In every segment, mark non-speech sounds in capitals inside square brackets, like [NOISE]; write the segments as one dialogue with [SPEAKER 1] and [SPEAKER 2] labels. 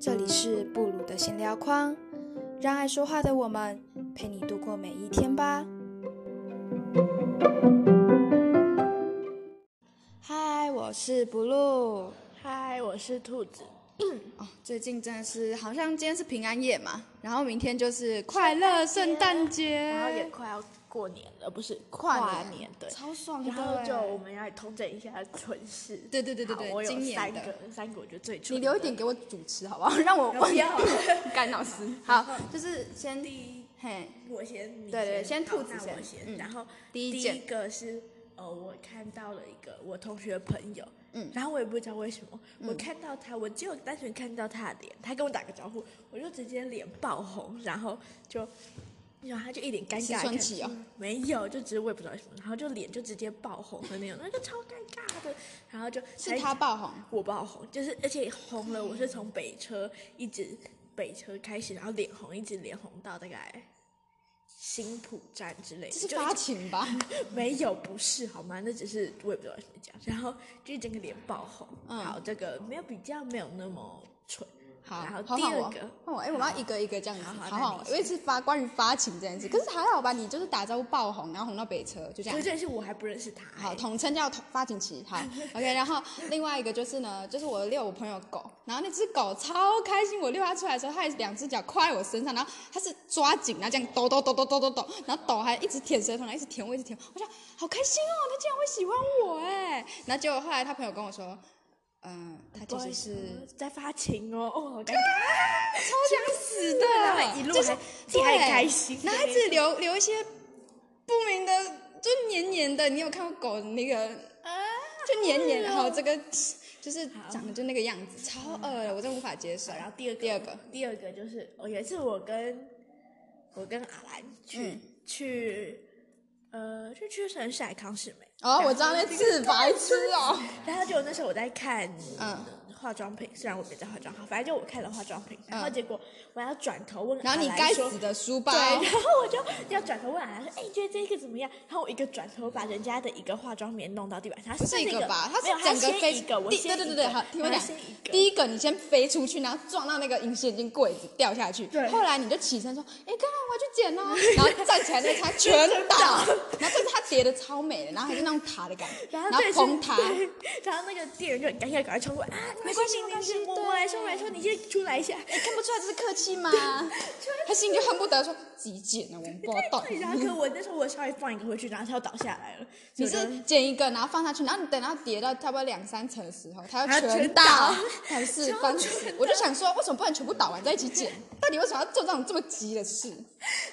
[SPEAKER 1] 这里是布鲁的闲聊框，让爱说话的我们陪你度过每一天吧。嗨，我是布鲁。
[SPEAKER 2] 嗨，我是兔子。
[SPEAKER 1] 哦，最近真的是，好像今天是平安夜嘛，然后明天就是快乐圣诞节，
[SPEAKER 2] 然后也快要过年了，不是跨
[SPEAKER 1] 哎跨年
[SPEAKER 2] 对。
[SPEAKER 1] 超爽的
[SPEAKER 2] 然
[SPEAKER 1] 欸。
[SPEAKER 2] 后就我们来统整一下蠢事。
[SPEAKER 1] 对对对对对
[SPEAKER 2] 好我有
[SPEAKER 1] 今年
[SPEAKER 2] 三
[SPEAKER 1] 的
[SPEAKER 2] 个，三个我觉得最蠢。
[SPEAKER 1] 你留一点给我主持好不好？让我
[SPEAKER 2] 不要
[SPEAKER 1] 干老师。好，就是先第一，嘿，
[SPEAKER 2] 我先，你
[SPEAKER 1] 对对先
[SPEAKER 2] 好
[SPEAKER 1] 兔子
[SPEAKER 2] 那
[SPEAKER 1] 先
[SPEAKER 2] 我先。
[SPEAKER 1] 嗯
[SPEAKER 2] 然后
[SPEAKER 1] 第一
[SPEAKER 2] 第
[SPEAKER 1] 件
[SPEAKER 2] 一个是，呃，我看到了一个我同学的朋友，
[SPEAKER 1] 嗯
[SPEAKER 2] 然后我也不知道为什么，我看到他，我只有单纯看到他的脸，他跟我打个招呼，我就直接脸爆红，然后就。然后他就一脸尴
[SPEAKER 1] 青
[SPEAKER 2] 尬的
[SPEAKER 1] 春
[SPEAKER 2] 看
[SPEAKER 1] 期
[SPEAKER 2] 着
[SPEAKER 1] 哦
[SPEAKER 2] 我，没有，就只是我也不知道为什么，然后就脸就直接爆红的那种，那就超尴尬的。然后就是
[SPEAKER 1] 他爆红，
[SPEAKER 2] 我爆红，就是而且红了，我是从北车一直北车开始，然后脸红，一直脸红到大概新浦站之类的，
[SPEAKER 1] 这是
[SPEAKER 2] 就
[SPEAKER 1] 发
[SPEAKER 2] 一直
[SPEAKER 1] 情吧？
[SPEAKER 2] 没有不是好吗？那只是我也不知道怎么讲，然后就是整个脸爆红。
[SPEAKER 1] 嗯
[SPEAKER 2] 好，这个没有比较，没有那么蠢。
[SPEAKER 1] 好，
[SPEAKER 2] 然
[SPEAKER 1] 好
[SPEAKER 2] 后第
[SPEAKER 1] 好
[SPEAKER 2] 二
[SPEAKER 1] 我
[SPEAKER 2] 个，
[SPEAKER 1] 换我，哎、我们要一个一个这样子，
[SPEAKER 2] 好好
[SPEAKER 1] 好
[SPEAKER 2] 那
[SPEAKER 1] 好我，
[SPEAKER 2] 你
[SPEAKER 1] 因为是发关于发情这件事，可是还好吧，你就是打招呼爆红，然后红到北车，就这样
[SPEAKER 2] 可。是是我还不认识他、
[SPEAKER 1] 好，
[SPEAKER 2] 哎
[SPEAKER 1] 统称叫统发情期。
[SPEAKER 2] [LAUGHS]
[SPEAKER 1] 好，OK。然后另外一个就是呢，就是我遛我朋友狗，然后那只狗超开心，我遛它出来的时候，它也是两只脚跨在我身上，然后它是抓紧，然后这样抖抖抖抖抖抖抖，然后抖还一直舔舌头，然后一直舔我，一直舔我，我想好开心哦，它竟然会喜欢我哎。然后结果后来他朋友跟我说，嗯、它其
[SPEAKER 2] 不好
[SPEAKER 1] 实
[SPEAKER 2] 意思
[SPEAKER 1] 是
[SPEAKER 2] 在发情哦，哦，好尴尬，
[SPEAKER 1] 超想死的，
[SPEAKER 2] 然后一路
[SPEAKER 1] 就是
[SPEAKER 2] 还你
[SPEAKER 1] 对
[SPEAKER 2] 还开心
[SPEAKER 1] 然后还只留留一些不明的，就黏黏的。你有看过狗的那个
[SPEAKER 2] 啊
[SPEAKER 1] 就黏黏的，好，这个
[SPEAKER 2] 哦
[SPEAKER 1] 就是长得就那个样子，超恶的，我真无法接受。
[SPEAKER 2] 然后第二个，
[SPEAKER 1] 第二个，
[SPEAKER 2] 第二个就是，我有一次我跟我跟阿兰去、
[SPEAKER 1] 嗯
[SPEAKER 2] 去呃去屈臣氏还康世美，
[SPEAKER 1] 哦，我知道
[SPEAKER 2] 然
[SPEAKER 1] 那
[SPEAKER 2] 后
[SPEAKER 1] 次白痴哦，
[SPEAKER 2] 然后就那时候我在看
[SPEAKER 1] 嗯
[SPEAKER 2] 化妆品，虽然我没在化妆，好，反正就我看了化妆品，然后
[SPEAKER 1] 嗯
[SPEAKER 2] 结果我要转头问
[SPEAKER 1] 然
[SPEAKER 2] 阿
[SPEAKER 1] 后你
[SPEAKER 2] 兰
[SPEAKER 1] 该哦
[SPEAKER 2] 说
[SPEAKER 1] 死的书包
[SPEAKER 2] 对，，然后我就要转头问阿兰说：“哎、你觉得这个怎么样？”然后我一个转头把人家的一个化妆棉弄到地板上，
[SPEAKER 1] 不是
[SPEAKER 2] 一
[SPEAKER 1] 一个吧？它
[SPEAKER 2] 没有，
[SPEAKER 1] 是整个
[SPEAKER 2] 先
[SPEAKER 1] 飞
[SPEAKER 2] 一个，我
[SPEAKER 1] 第
[SPEAKER 2] 先
[SPEAKER 1] 对对对对，
[SPEAKER 2] 一个
[SPEAKER 1] 好，听我
[SPEAKER 2] 然后
[SPEAKER 1] 讲
[SPEAKER 2] 先一。个
[SPEAKER 1] 第一个，你先飞出去，然后撞到那个隐形眼镜柜子，掉下去。
[SPEAKER 2] 对
[SPEAKER 1] 后来你就起身说：“哎，刚刚我要去捡哦。”然后站起来，那个它全倒。然后这是它叠的超美的，然后还是那种塔的感觉，
[SPEAKER 2] [LAUGHS] 然
[SPEAKER 1] 然
[SPEAKER 2] 后
[SPEAKER 1] 后
[SPEAKER 2] 这
[SPEAKER 1] 红塔。
[SPEAKER 2] 对，然后那个店员就很尴尬，赶快冲过来啊，
[SPEAKER 1] 没关系没关
[SPEAKER 2] 你
[SPEAKER 1] 系
[SPEAKER 2] 先我
[SPEAKER 1] 对哎
[SPEAKER 2] 我来说，我来说，你先出来一下。
[SPEAKER 1] 你看不出来这是客气
[SPEAKER 2] [LAUGHS]
[SPEAKER 1] 吗？他心里就恨不得说自己捡的，我们不知道。
[SPEAKER 2] [LAUGHS] 对，然后可我那时候我稍微放一个回去，然后它又倒下来了。
[SPEAKER 1] 你
[SPEAKER 2] 所以我就是
[SPEAKER 1] 捡一个，然后放下去，然后你等到叠到差不多两三层的时候，它
[SPEAKER 2] 它
[SPEAKER 1] 要
[SPEAKER 2] 全
[SPEAKER 1] 全
[SPEAKER 2] 倒
[SPEAKER 1] 倒，还
[SPEAKER 3] [LAUGHS]
[SPEAKER 1] 是
[SPEAKER 2] 全
[SPEAKER 1] 方
[SPEAKER 2] 倒
[SPEAKER 1] 式。我就想说，为什么不能全部倒完再一起捡？到底为什么要做这种这么急的事？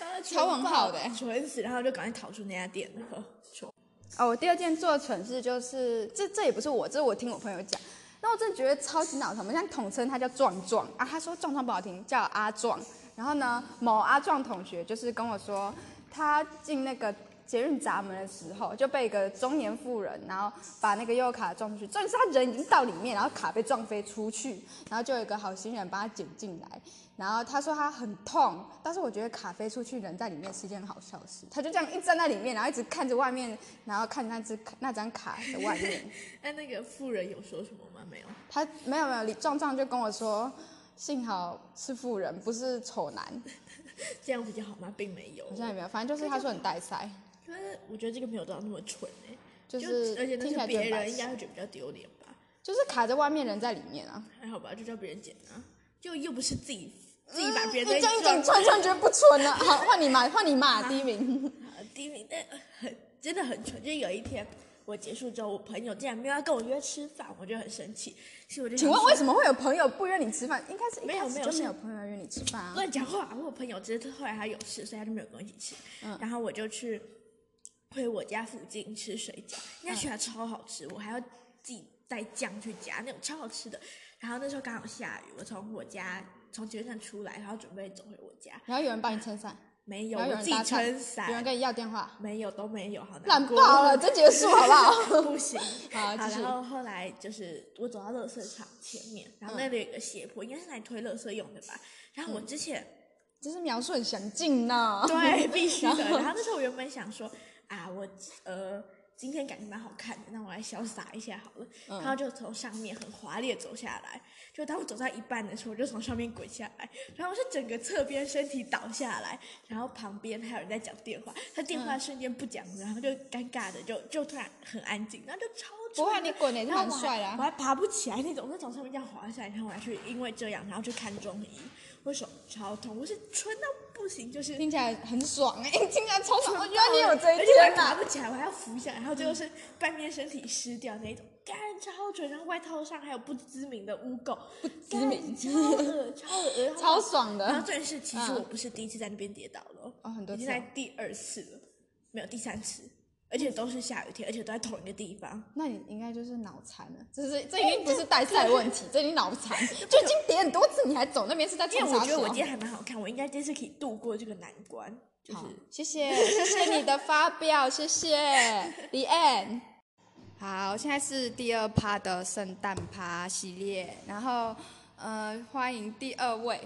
[SPEAKER 2] 然后
[SPEAKER 1] 超完好的欸
[SPEAKER 2] 蠢死，然后就赶快逃出那家店了。蠢
[SPEAKER 3] 哦，我第二件做的蠢事就是，这这也不是我，这是我听我朋友讲。那我真的觉得超级脑残，我们现在统称他叫壮壮啊，他说壮壮不好听，叫阿壮。然后呢，某阿壮同学就是跟我说，他进那个捷运闸门的时候，就被一个中年妇人，然后把那个悠游卡撞出去。重点是他人已经到里面，然后卡被撞飞出去，然后就有一个好心人帮他捡进来。然后他说他很痛，但是我觉得卡飞出去人在里面是一件很好笑的事。他就这样一站在里面，然后一直看着外面，然后看那只卡那张卡在外面。
[SPEAKER 2] 哎那那个富人有说什么吗？没有。
[SPEAKER 3] 他没有没有，李壮壮就跟我说，幸好是富人，不是丑男，
[SPEAKER 2] 这样比较好吗？并没有。
[SPEAKER 3] 好像也没有，反正就是他说很带塞，
[SPEAKER 2] 可是我觉得这个没有到那么蠢哎、
[SPEAKER 3] 就是
[SPEAKER 2] 而且那
[SPEAKER 3] 听起
[SPEAKER 2] 是
[SPEAKER 3] 来就
[SPEAKER 2] 别
[SPEAKER 3] 很白
[SPEAKER 2] 人，应
[SPEAKER 3] 痴
[SPEAKER 2] 该，会觉得比较丢脸吧？
[SPEAKER 3] 就是卡在外面，人在里面啊。
[SPEAKER 2] 还好吧，就叫别人捡啊，就又不是自己自
[SPEAKER 1] 嗯
[SPEAKER 2] 己把别人
[SPEAKER 3] 你嗯
[SPEAKER 2] 的
[SPEAKER 3] 这样一
[SPEAKER 2] 撞
[SPEAKER 3] 讲，
[SPEAKER 2] [LAUGHS]
[SPEAKER 3] 突然突然觉得不蠢了。好，换你骂，换你骂，第一名。
[SPEAKER 2] 呃，第一名，但很真的很蠢。就有一天我结束之后，我朋友竟然没有要跟我约吃饭，我就很生气。其实我就
[SPEAKER 3] 请
[SPEAKER 2] 想
[SPEAKER 3] 问
[SPEAKER 2] 说
[SPEAKER 3] 为什么会有朋友不约你吃饭？应该是一
[SPEAKER 2] 没有
[SPEAKER 3] 开始
[SPEAKER 2] 没有
[SPEAKER 3] 就没
[SPEAKER 2] 是
[SPEAKER 3] 有朋友约你吃饭啊。
[SPEAKER 2] 乱讲话？我有朋友只是后来他有事，所以他就没有跟我一起吃。
[SPEAKER 3] 嗯
[SPEAKER 2] 然后我就去回我家附近吃水饺，
[SPEAKER 3] 嗯
[SPEAKER 2] 那水饺超好吃，我还要自己带酱去加，那种超好吃的。然后那时候刚好下雨，我从我家从捷运站出来，然后准备走回我家，
[SPEAKER 3] 然后有人帮你撑伞，
[SPEAKER 2] 没有，
[SPEAKER 3] 然后
[SPEAKER 2] 我
[SPEAKER 3] 有
[SPEAKER 2] 自
[SPEAKER 3] 人
[SPEAKER 2] 己
[SPEAKER 3] 搭讪
[SPEAKER 2] 撑
[SPEAKER 3] 有人
[SPEAKER 2] 伞，
[SPEAKER 3] 跟你要电话，
[SPEAKER 2] 没有都没有，好难
[SPEAKER 3] 烂
[SPEAKER 2] 过
[SPEAKER 3] 爆了，这结束好不好？
[SPEAKER 2] [LAUGHS] 不行。
[SPEAKER 3] 好继续
[SPEAKER 2] 然后后来就是我走到垃圾场前面，
[SPEAKER 1] 嗯
[SPEAKER 2] 然后那里有一个斜坡，应该是来推垃圾用的吧。然后我之前、
[SPEAKER 3] 真是描述很详尽呢。
[SPEAKER 2] 对必须的，然后那时候我原本想说啊，我呃今天感觉蛮好看的，那我来潇洒一下好了。
[SPEAKER 1] 嗯
[SPEAKER 2] 然后就从上面很华丽的走下来，就当我走到一半的时候，我就从上面滚下来，然后我是整个侧边身体倒下来，然后旁边还有人在讲电话，他电
[SPEAKER 1] 嗯
[SPEAKER 2] 话瞬间不讲了，然后就尴尬的就就突然很安静，然后就超
[SPEAKER 1] [LAUGHS] 不会啊
[SPEAKER 2] 蠢
[SPEAKER 1] 你
[SPEAKER 2] 的
[SPEAKER 1] 滚得也是
[SPEAKER 2] 然后
[SPEAKER 1] 蛮
[SPEAKER 2] 我还
[SPEAKER 1] 帅的啊
[SPEAKER 2] 我还爬不起来那种，我就从上面这样滑下来，然后我还去因为这样，然后去看中医，我手超痛，我是蠢到不行，就是
[SPEAKER 1] 听起来很爽哎、 [LAUGHS] 听起来超爽。
[SPEAKER 3] 原来你有这
[SPEAKER 2] 而
[SPEAKER 3] 一
[SPEAKER 2] 且我还
[SPEAKER 3] 天
[SPEAKER 2] 爬
[SPEAKER 1] 啊
[SPEAKER 3] 呐、
[SPEAKER 2] 不起来，我还要扶下来，然后最
[SPEAKER 1] 嗯
[SPEAKER 2] 后是半边身体湿掉那一种，干超准。然后外套上还有不知名的污垢，不知
[SPEAKER 1] 名
[SPEAKER 2] 超恶超恶然后
[SPEAKER 1] 超爽
[SPEAKER 2] 然后
[SPEAKER 1] 的，
[SPEAKER 2] 重点是，其实
[SPEAKER 1] 嗯
[SPEAKER 2] 我不是第一次在那边跌倒了，
[SPEAKER 1] 哦很多
[SPEAKER 2] 已经
[SPEAKER 1] 次哦
[SPEAKER 2] 在第二次了，没有第三次，而且都是下雨天，而且都在同一个地方。
[SPEAKER 1] 那你应该就是脑残了，这是这已经不是代赛问题，这已经脑
[SPEAKER 2] [LAUGHS]
[SPEAKER 1] 残，就已经跌很多次，你还走那边是在
[SPEAKER 2] 因为
[SPEAKER 1] 冲
[SPEAKER 2] 我
[SPEAKER 1] 啥
[SPEAKER 2] 觉得
[SPEAKER 1] 小
[SPEAKER 2] 我今天还蛮好看，我应该这次可以度过这个难关。就是
[SPEAKER 1] 好，谢谢，谢谢你的发表，谢谢李 n 好，现在是第二趴的圣诞趴系列，然后呃，欢迎第二位，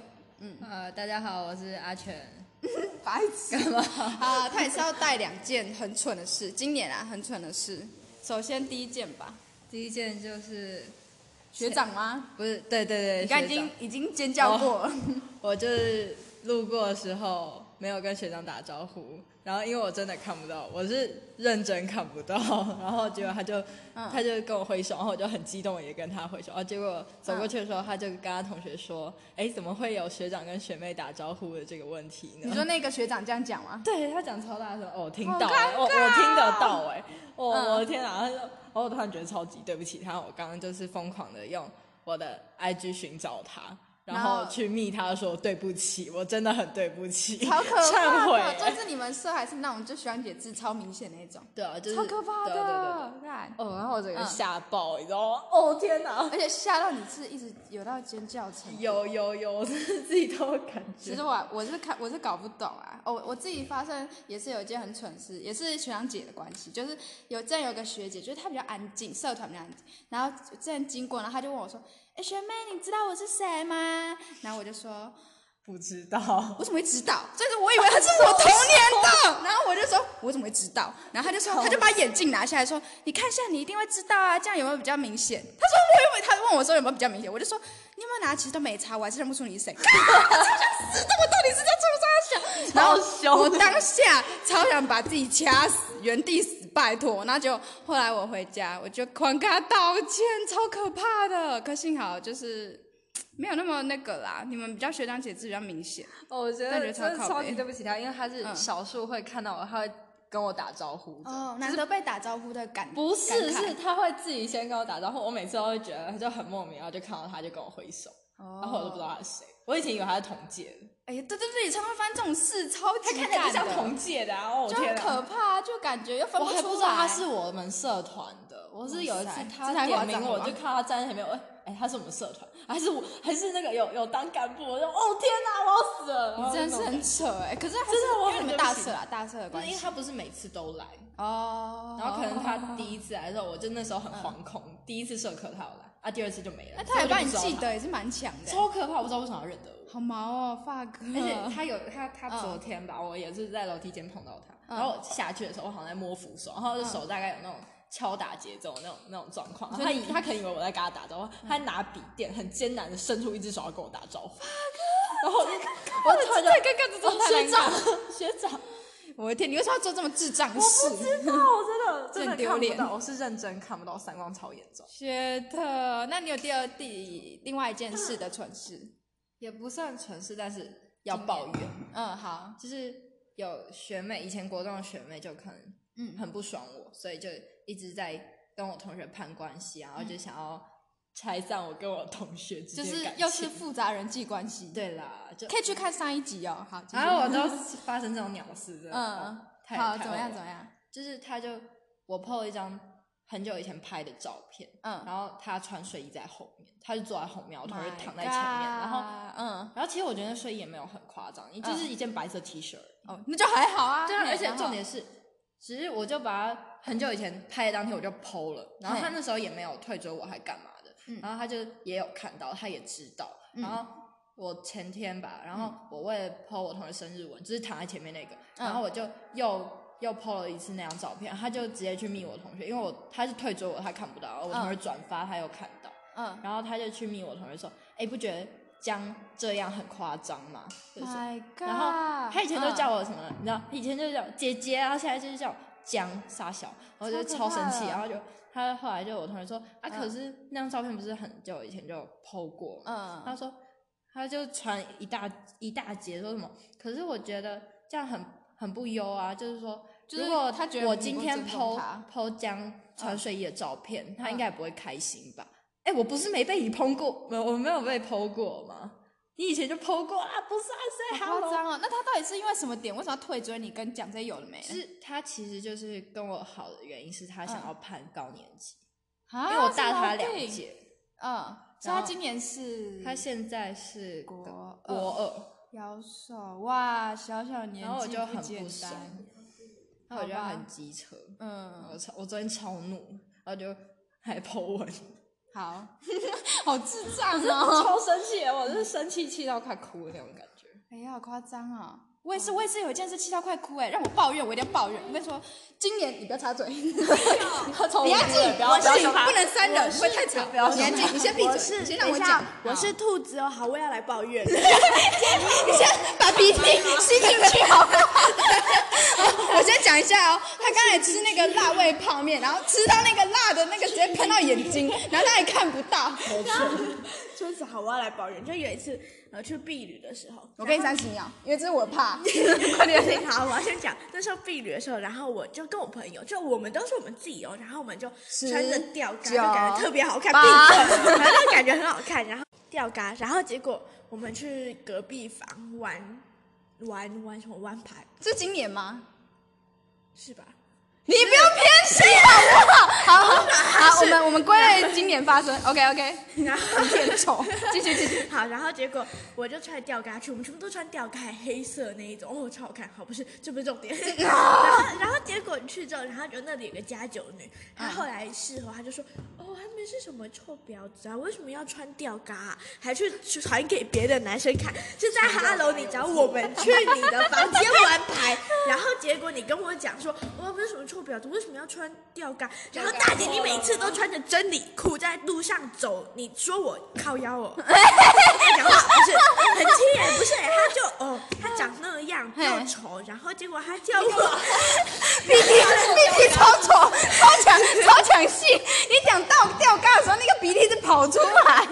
[SPEAKER 4] 呃，大家好，我是阿全。
[SPEAKER 1] 白痴嘛， [LAUGHS] 啊，他也是要带两件很蠢的事，今年啊很蠢的事。首先第一件吧，
[SPEAKER 4] 第一件就是
[SPEAKER 1] 学长吗？
[SPEAKER 4] 不是对对对，
[SPEAKER 1] 你刚已
[SPEAKER 4] 学长
[SPEAKER 1] 经已经尖叫过 [LAUGHS] 了，
[SPEAKER 4] 我就是路过的时候没有跟学长打招呼，然后因为我真的看不到，我是认真看不到， [LAUGHS] 然后结果他就、
[SPEAKER 3] 嗯
[SPEAKER 4] 他就跟我挥手，然后我就很激动，也跟他挥手，然后结果走
[SPEAKER 3] 嗯
[SPEAKER 4] 过去的时候，他就跟他同学说：“哎、怎么会有学长跟学妹打招呼的这个问题呢？”
[SPEAKER 3] 你说那个学长这样讲
[SPEAKER 1] [LAUGHS]
[SPEAKER 3] 吗？
[SPEAKER 4] 对他讲超大声，哦，我听
[SPEAKER 1] 好
[SPEAKER 4] 到
[SPEAKER 1] 尴
[SPEAKER 4] 欸、我我听得到哎、我、
[SPEAKER 1] 嗯
[SPEAKER 4] 我的天啊！他就，哦我突然觉得超级对不起他，我刚刚就是疯狂的用我的 IG 寻找他，然
[SPEAKER 1] 然后
[SPEAKER 4] 后去密他说对不起，我真的很对不起，
[SPEAKER 1] 好可
[SPEAKER 4] 忏悔
[SPEAKER 1] 怕的，
[SPEAKER 4] 欸、
[SPEAKER 1] 就是你们社还是那种就学长姐字超明显那种，
[SPEAKER 4] [LAUGHS] 对啊，就是
[SPEAKER 1] 超可怕
[SPEAKER 4] 对对对对
[SPEAKER 1] 的，看，
[SPEAKER 4] 哦，然后我整个
[SPEAKER 1] 嗯
[SPEAKER 4] 吓爆，你知道吗？哦天哪！
[SPEAKER 1] 而且吓到你是一直有到尖叫声。
[SPEAKER 4] 有有有，我真的自己都有感
[SPEAKER 1] 其
[SPEAKER 4] 觉
[SPEAKER 1] 实。我啊我是看我是搞不懂啊，我我自己发生也是有一件很蠢事，也是学长姐的关系，就是有之前有个学姐，就是她比较安静，社团比较安静，然后之前经过，然后她就问我说：“哎、学妹，你知道我是谁吗？”然后我就说
[SPEAKER 4] 不知道：“，
[SPEAKER 1] 我怎么会知道？”就是我以为她是我同年 [LAUGHS] 的，然后我就说：“我怎么会知道？”然后她就说，她就把眼镜拿下来说：“你看一下，你一定会知道啊，这样有没有比较明 [LAUGHS] 显？”她说：“我以为她问我说有没有比较明显，我就说你有没有拿，其实都没差，我还是认不出你 [LAUGHS] 是谁。”我到底是在冲啥想？然后我当下超想把自己掐死，原地死，拜托。那就后来我回家，我就狂跟他道歉，超可怕的。可幸好就是嘖没有那么那个啦，你们比较学长姐制比较明显。
[SPEAKER 4] 哦，我觉
[SPEAKER 1] 但觉得
[SPEAKER 4] 得
[SPEAKER 1] 超
[SPEAKER 4] 真的
[SPEAKER 1] 靠
[SPEAKER 4] 超
[SPEAKER 1] 北
[SPEAKER 4] 级对不起他，因为他是
[SPEAKER 1] 嗯
[SPEAKER 4] 少数会看到我，他会跟我打招呼的。
[SPEAKER 1] 哦，难得被打招呼的感
[SPEAKER 4] 不是，
[SPEAKER 1] 感慨
[SPEAKER 4] 是他会自己先跟我打招呼，我每次都会觉得就很莫名，然后就看到他就跟我挥手，然后我都不知道他是谁。我以前以为他是同届的，
[SPEAKER 1] 哎呀，对对对，常常发生这种事，超级
[SPEAKER 4] 他看起来就像
[SPEAKER 1] 干的
[SPEAKER 4] 同届的啊！哦
[SPEAKER 1] 就
[SPEAKER 4] 天
[SPEAKER 1] 很可
[SPEAKER 4] 哪，
[SPEAKER 1] 怕，就感觉又分
[SPEAKER 4] 我
[SPEAKER 1] 不出
[SPEAKER 4] 还
[SPEAKER 1] 来。
[SPEAKER 4] 不知道他是我们社团的，我是有一次
[SPEAKER 1] 哇塞
[SPEAKER 4] 他
[SPEAKER 1] 这太夸
[SPEAKER 4] 点
[SPEAKER 1] 张
[SPEAKER 4] 名
[SPEAKER 1] 了
[SPEAKER 4] 我，
[SPEAKER 1] 吧
[SPEAKER 4] 就看到他站在前面，我哎哎，他是我们社团，还是我还是那个有有当干部，我就哦天哪，我要死了！然
[SPEAKER 1] 你
[SPEAKER 4] 后
[SPEAKER 1] 真的
[SPEAKER 4] 那
[SPEAKER 1] 是
[SPEAKER 4] 种
[SPEAKER 1] 很扯哎、可是还是
[SPEAKER 4] 真的
[SPEAKER 1] 因
[SPEAKER 4] 我
[SPEAKER 1] 为
[SPEAKER 4] 很
[SPEAKER 1] 你们
[SPEAKER 4] 对不
[SPEAKER 1] 大
[SPEAKER 4] 起
[SPEAKER 1] 社啊，大社的
[SPEAKER 4] 不
[SPEAKER 1] 关
[SPEAKER 4] 是因为
[SPEAKER 1] 系
[SPEAKER 4] 他不是每次都来，
[SPEAKER 1] 哦。
[SPEAKER 4] 然后可能他第一次来的时候，我就那时候很惶恐，第一次社课他有来，啊，第二次就没
[SPEAKER 1] 那
[SPEAKER 4] 来。
[SPEAKER 1] 他也
[SPEAKER 4] 所以
[SPEAKER 1] 帮
[SPEAKER 4] 我
[SPEAKER 1] 你
[SPEAKER 4] 就不知道
[SPEAKER 1] 记
[SPEAKER 4] 嗯他
[SPEAKER 1] 得，也是蛮强的欸、
[SPEAKER 4] 超可怕，我不知道为什么要认得我。
[SPEAKER 1] 好毛哦，发哥。
[SPEAKER 4] 而且他有他他昨天吧，我也是在楼梯间碰到
[SPEAKER 1] 嗯
[SPEAKER 4] 他，然后我下去的时候，我好像在摸扶手，然后我的手大概有那种敲打节奏那种那种状况，然后他以他可能以为我在跟他打招呼，
[SPEAKER 1] 嗯
[SPEAKER 4] 他拿笔电很艰难的伸出一只手要跟我打招呼，然后我就我突然就
[SPEAKER 1] 刚刚这
[SPEAKER 4] 哦学长 [LAUGHS] 学长，
[SPEAKER 1] 我的天，你为什么要做这么智障的事？
[SPEAKER 4] 知道我真的
[SPEAKER 1] 真的看不到
[SPEAKER 4] 我是认真看不到，散光超严重。
[SPEAKER 1] 学特，那你有第二第另外一件事的蠢事？
[SPEAKER 4] 也不算蠢事，但是要抱怨，
[SPEAKER 1] 嗯，好，
[SPEAKER 4] 就是有学妹，以前国中的学妹就可能
[SPEAKER 1] 嗯
[SPEAKER 4] 很不爽我，所以就一直在跟我同学攀关系啊，然后就想要拆散我跟我同学之
[SPEAKER 1] 嗯就
[SPEAKER 4] 间的
[SPEAKER 1] 是
[SPEAKER 4] 感
[SPEAKER 1] 又是
[SPEAKER 4] 情
[SPEAKER 1] 复杂人际关系，，
[SPEAKER 4] 对啦，就
[SPEAKER 1] 可以去看上一集哦。好，继续
[SPEAKER 4] 然啊后我都
[SPEAKER 1] [LAUGHS]
[SPEAKER 4] 发生这种鸟事，真的
[SPEAKER 1] 嗯，
[SPEAKER 4] 太
[SPEAKER 1] 好，
[SPEAKER 4] 太
[SPEAKER 1] 怎么样
[SPEAKER 4] 恶
[SPEAKER 1] 怎么样？
[SPEAKER 4] 就是他就我 PO 了一张很久以前拍的照片，
[SPEAKER 1] 嗯
[SPEAKER 4] 然后他穿睡衣在后面，他就坐在后面，我同学
[SPEAKER 1] My
[SPEAKER 4] 躺在前面，然后
[SPEAKER 1] God，嗯，
[SPEAKER 4] 然后其实我觉得那睡衣也没有很夸张，就是一件白色 T 恤而已。
[SPEAKER 1] 哦，那就还好啊。
[SPEAKER 4] [LAUGHS] 对啊，
[SPEAKER 1] 嘿
[SPEAKER 4] 而且
[SPEAKER 1] 然后
[SPEAKER 4] 重点是，只是我就把它很久以前拍的当天我就剖了，然后他那时候也没有退追我，还干嘛的？
[SPEAKER 1] 嗯
[SPEAKER 4] 然后他就也有看到，他也知道。然后我前
[SPEAKER 1] 嗯
[SPEAKER 4] 天吧，然后我为了剖我同学生日文，就是躺在前面那个，然后我就又。又 PO 了一次那张照片，他就直接去密我同学，因为我他是退追我，他看不到，我同
[SPEAKER 1] 嗯
[SPEAKER 4] 学转发他又看到，
[SPEAKER 3] 嗯
[SPEAKER 4] 然后他就去密我同学说，哎、不觉得江这样很夸张吗？就是说
[SPEAKER 3] ，My God，
[SPEAKER 4] 然
[SPEAKER 1] 啊
[SPEAKER 4] 后他以前都
[SPEAKER 3] 嗯
[SPEAKER 4] 叫我什么，你知道，以前就叫姐姐，然后现在就是叫江傻小，然后就超生
[SPEAKER 3] 超可怕
[SPEAKER 4] 气，
[SPEAKER 3] 的
[SPEAKER 4] 然后就他后来就我同学说啊，
[SPEAKER 3] 嗯
[SPEAKER 4] 可是那张照片不是很久以前就 PO 过吗？他
[SPEAKER 3] 嗯，
[SPEAKER 4] 说他就传一大一大截说什么，可是我觉得这样很很不优啊，就是说，
[SPEAKER 1] 就是
[SPEAKER 4] 如果
[SPEAKER 1] 他觉得
[SPEAKER 4] 我
[SPEAKER 1] 你
[SPEAKER 4] 今
[SPEAKER 1] 不
[SPEAKER 4] 天
[SPEAKER 1] 尊重
[SPEAKER 4] PO
[SPEAKER 1] 他嗯
[SPEAKER 4] PO 江穿睡衣的照片，他应该也不会开心吧？哎、我不是没被你 PO 过，没有我没有被 PO 过吗？你以前就 PO 过啊，不是啊，谁
[SPEAKER 1] 夸
[SPEAKER 4] hello
[SPEAKER 1] 张哦！那他到底是因为什么点？为什么要退追你？跟讲这些有的没的？
[SPEAKER 4] 是他其实就是跟我好的原因是他想要攀高年级，
[SPEAKER 1] 啊
[SPEAKER 4] 因为我大他两。
[SPEAKER 1] 是毛病
[SPEAKER 4] 届，
[SPEAKER 1] 嗯，所以他今年是
[SPEAKER 4] 他现在是
[SPEAKER 1] 国呃
[SPEAKER 4] 国二，
[SPEAKER 1] 妖兽哇，小小年纪
[SPEAKER 4] 然后我就很
[SPEAKER 1] 简
[SPEAKER 4] 不爽
[SPEAKER 1] 单。，
[SPEAKER 4] 然后我觉得
[SPEAKER 1] 好吧
[SPEAKER 4] 很机车，
[SPEAKER 1] 嗯，
[SPEAKER 4] 我超我昨天超怒，然后就还 po 文， [LAUGHS]
[SPEAKER 1] 好，好智障哦！
[SPEAKER 4] 超生气的，我就是生气气到快哭的那种感觉。
[SPEAKER 1] 哎呀，好夸张哦！我也是，我也是有一件事气到快哭哎，让我抱怨，我一定要抱怨。我跟你说，今年你不要插嘴，你要 [LAUGHS] [LAUGHS] 抽，你安静，不要静，不能三人，会太吵。不要你安静，你先闭
[SPEAKER 2] 我
[SPEAKER 1] 嘴，
[SPEAKER 2] 是
[SPEAKER 1] 你先让我
[SPEAKER 2] 等一
[SPEAKER 1] 讲
[SPEAKER 2] 下。我是兔子哦，好，我要来
[SPEAKER 1] [LAUGHS]
[SPEAKER 2] 抱怨。
[SPEAKER 1] 你先把鼻涕吸进 [LAUGHS] 去好不好？我先讲一下哦，他刚才吃那个辣味泡面，然后吃到那个辣的那个直接喷到眼睛，然后他也看不到。
[SPEAKER 2] 兔子好，我要来抱怨。就有一次，呃，去避旅的时候，
[SPEAKER 1] 我给你三十秒，因为这是我 [LAUGHS] 怕。
[SPEAKER 2] [LAUGHS] 快点，好，我要先讲。那时候避旅的时候，然后我就跟我朋友，就我们都是我们自己哦，然后我们就穿着吊嘎，就感觉特别好看，闭嘴，然后就感觉很好看，然后吊嘎，然后结果我们去隔壁房玩玩玩什么玩牌，
[SPEAKER 1] 这是今年吗？
[SPEAKER 2] 是吧？ [LAUGHS]
[SPEAKER 1] 你不要偏心好不好？好，好，我们我们归类今年发生。OK OK，
[SPEAKER 2] 然后
[SPEAKER 1] 你很丑，继续继续。
[SPEAKER 2] [LAUGHS] 好，然后结果我就穿吊嘎去，我们全部都穿吊嘎，黑色那一种，哦，超好看。好，不是，这不是重点。 [LAUGHS] 然后，然后结果去之后，然后就那里有个家酒女，她后来事后她就说，哦，他们是什么臭婊子啊？为什么要穿吊嘎、啊？还去传给别的男生看？是在哈喽，你找我们去你的房间玩牌，然后结果你跟我讲说，我不是什么臭婊子，为什么要穿吊嘎？然后大姐，你每次都穿着真理裤在路上走，你说我靠腰哦。讲话不是很气耶，不是耶，他就哦，他长那样又丑，然后结果他跳舞，
[SPEAKER 1] [LAUGHS] 你你鼻涕超丑，超抢超抢戏。你讲到吊杆的时候，那个鼻涕是跑出来，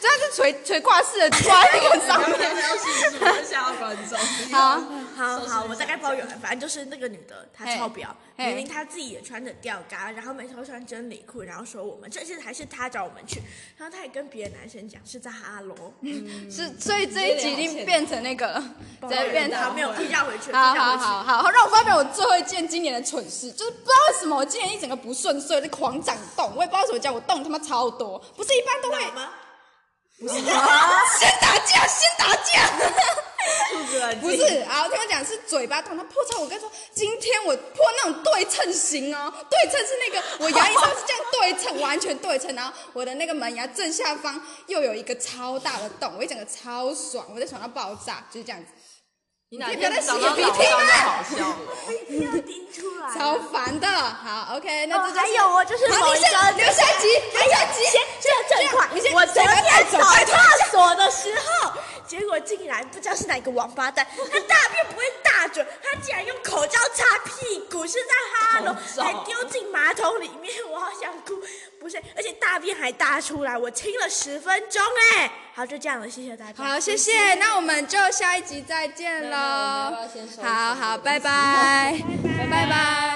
[SPEAKER 1] 这样是垂垂挂式的抓那个上面。
[SPEAKER 4] 要叙述一下观众。
[SPEAKER 1] 好，
[SPEAKER 2] 好好，我大概抱怨了，反正就是那个女的，她
[SPEAKER 1] 嘿
[SPEAKER 2] 超婊，
[SPEAKER 1] 嘿
[SPEAKER 2] 明明她自己也穿着吊嘎，然后每次都穿真理裤，然后说我们，这次还是她找我们去，然后她也跟别的男生讲是在哈罗，
[SPEAKER 1] 是所以这一集已经变成那个了，直接变
[SPEAKER 2] 她
[SPEAKER 1] 成
[SPEAKER 2] 没有。绕回去，
[SPEAKER 1] 好
[SPEAKER 2] 绕
[SPEAKER 1] 好
[SPEAKER 2] 回去。
[SPEAKER 1] 好好好，让我发表我最后一件今年的蠢事，就是不知道为什么我今年一整个不顺遂，就狂长洞，我也不知道为什么讲我洞他妈超多，不是一般都会
[SPEAKER 2] 好吗？
[SPEAKER 1] 先打架，先打架。
[SPEAKER 4] 肚子很
[SPEAKER 1] 不是啊，我听我讲是嘴巴痛，他破超。我跟你说，今天我破那种对称型哦，对称是那个我牙龈上是这样对称，完全对称，然后我的那个门牙正下方又有一个超大的洞，我一整个超爽，我在床上爆炸，就是这样子，
[SPEAKER 4] 你哪
[SPEAKER 1] 你不要
[SPEAKER 4] 天
[SPEAKER 1] 再
[SPEAKER 4] 长
[SPEAKER 1] 吸
[SPEAKER 4] 到老
[SPEAKER 1] 鼻涕
[SPEAKER 4] 上就
[SPEAKER 1] 了
[SPEAKER 4] 好笑了。
[SPEAKER 2] 不要叮出来。
[SPEAKER 1] 超烦的。好，OK，那
[SPEAKER 2] 哦，
[SPEAKER 1] 这
[SPEAKER 2] 还
[SPEAKER 1] 就是
[SPEAKER 2] 有哦，就是
[SPEAKER 1] 好，
[SPEAKER 2] 某
[SPEAKER 1] 你
[SPEAKER 2] 一个
[SPEAKER 1] 先留下集，留下集，
[SPEAKER 2] 这这块，
[SPEAKER 1] 你先
[SPEAKER 2] 我昨
[SPEAKER 1] 嘴巴带
[SPEAKER 2] 天
[SPEAKER 1] 走
[SPEAKER 2] 走，厕所的时候，结果竟然不知道是哪个王八蛋，他大便不会大准，他竟然用口罩擦屁股，是在哈喽，
[SPEAKER 4] 口罩
[SPEAKER 2] 还丢进马桶里面，我好想哭。不是，而且大便还大出来，我清了十分钟哎。好，就这样了，谢谢大家。
[SPEAKER 1] 好，谢谢，那我们就下一集再见
[SPEAKER 4] 那我
[SPEAKER 1] 喽
[SPEAKER 4] 们要不要先收。
[SPEAKER 1] 好好，拜拜，拜拜。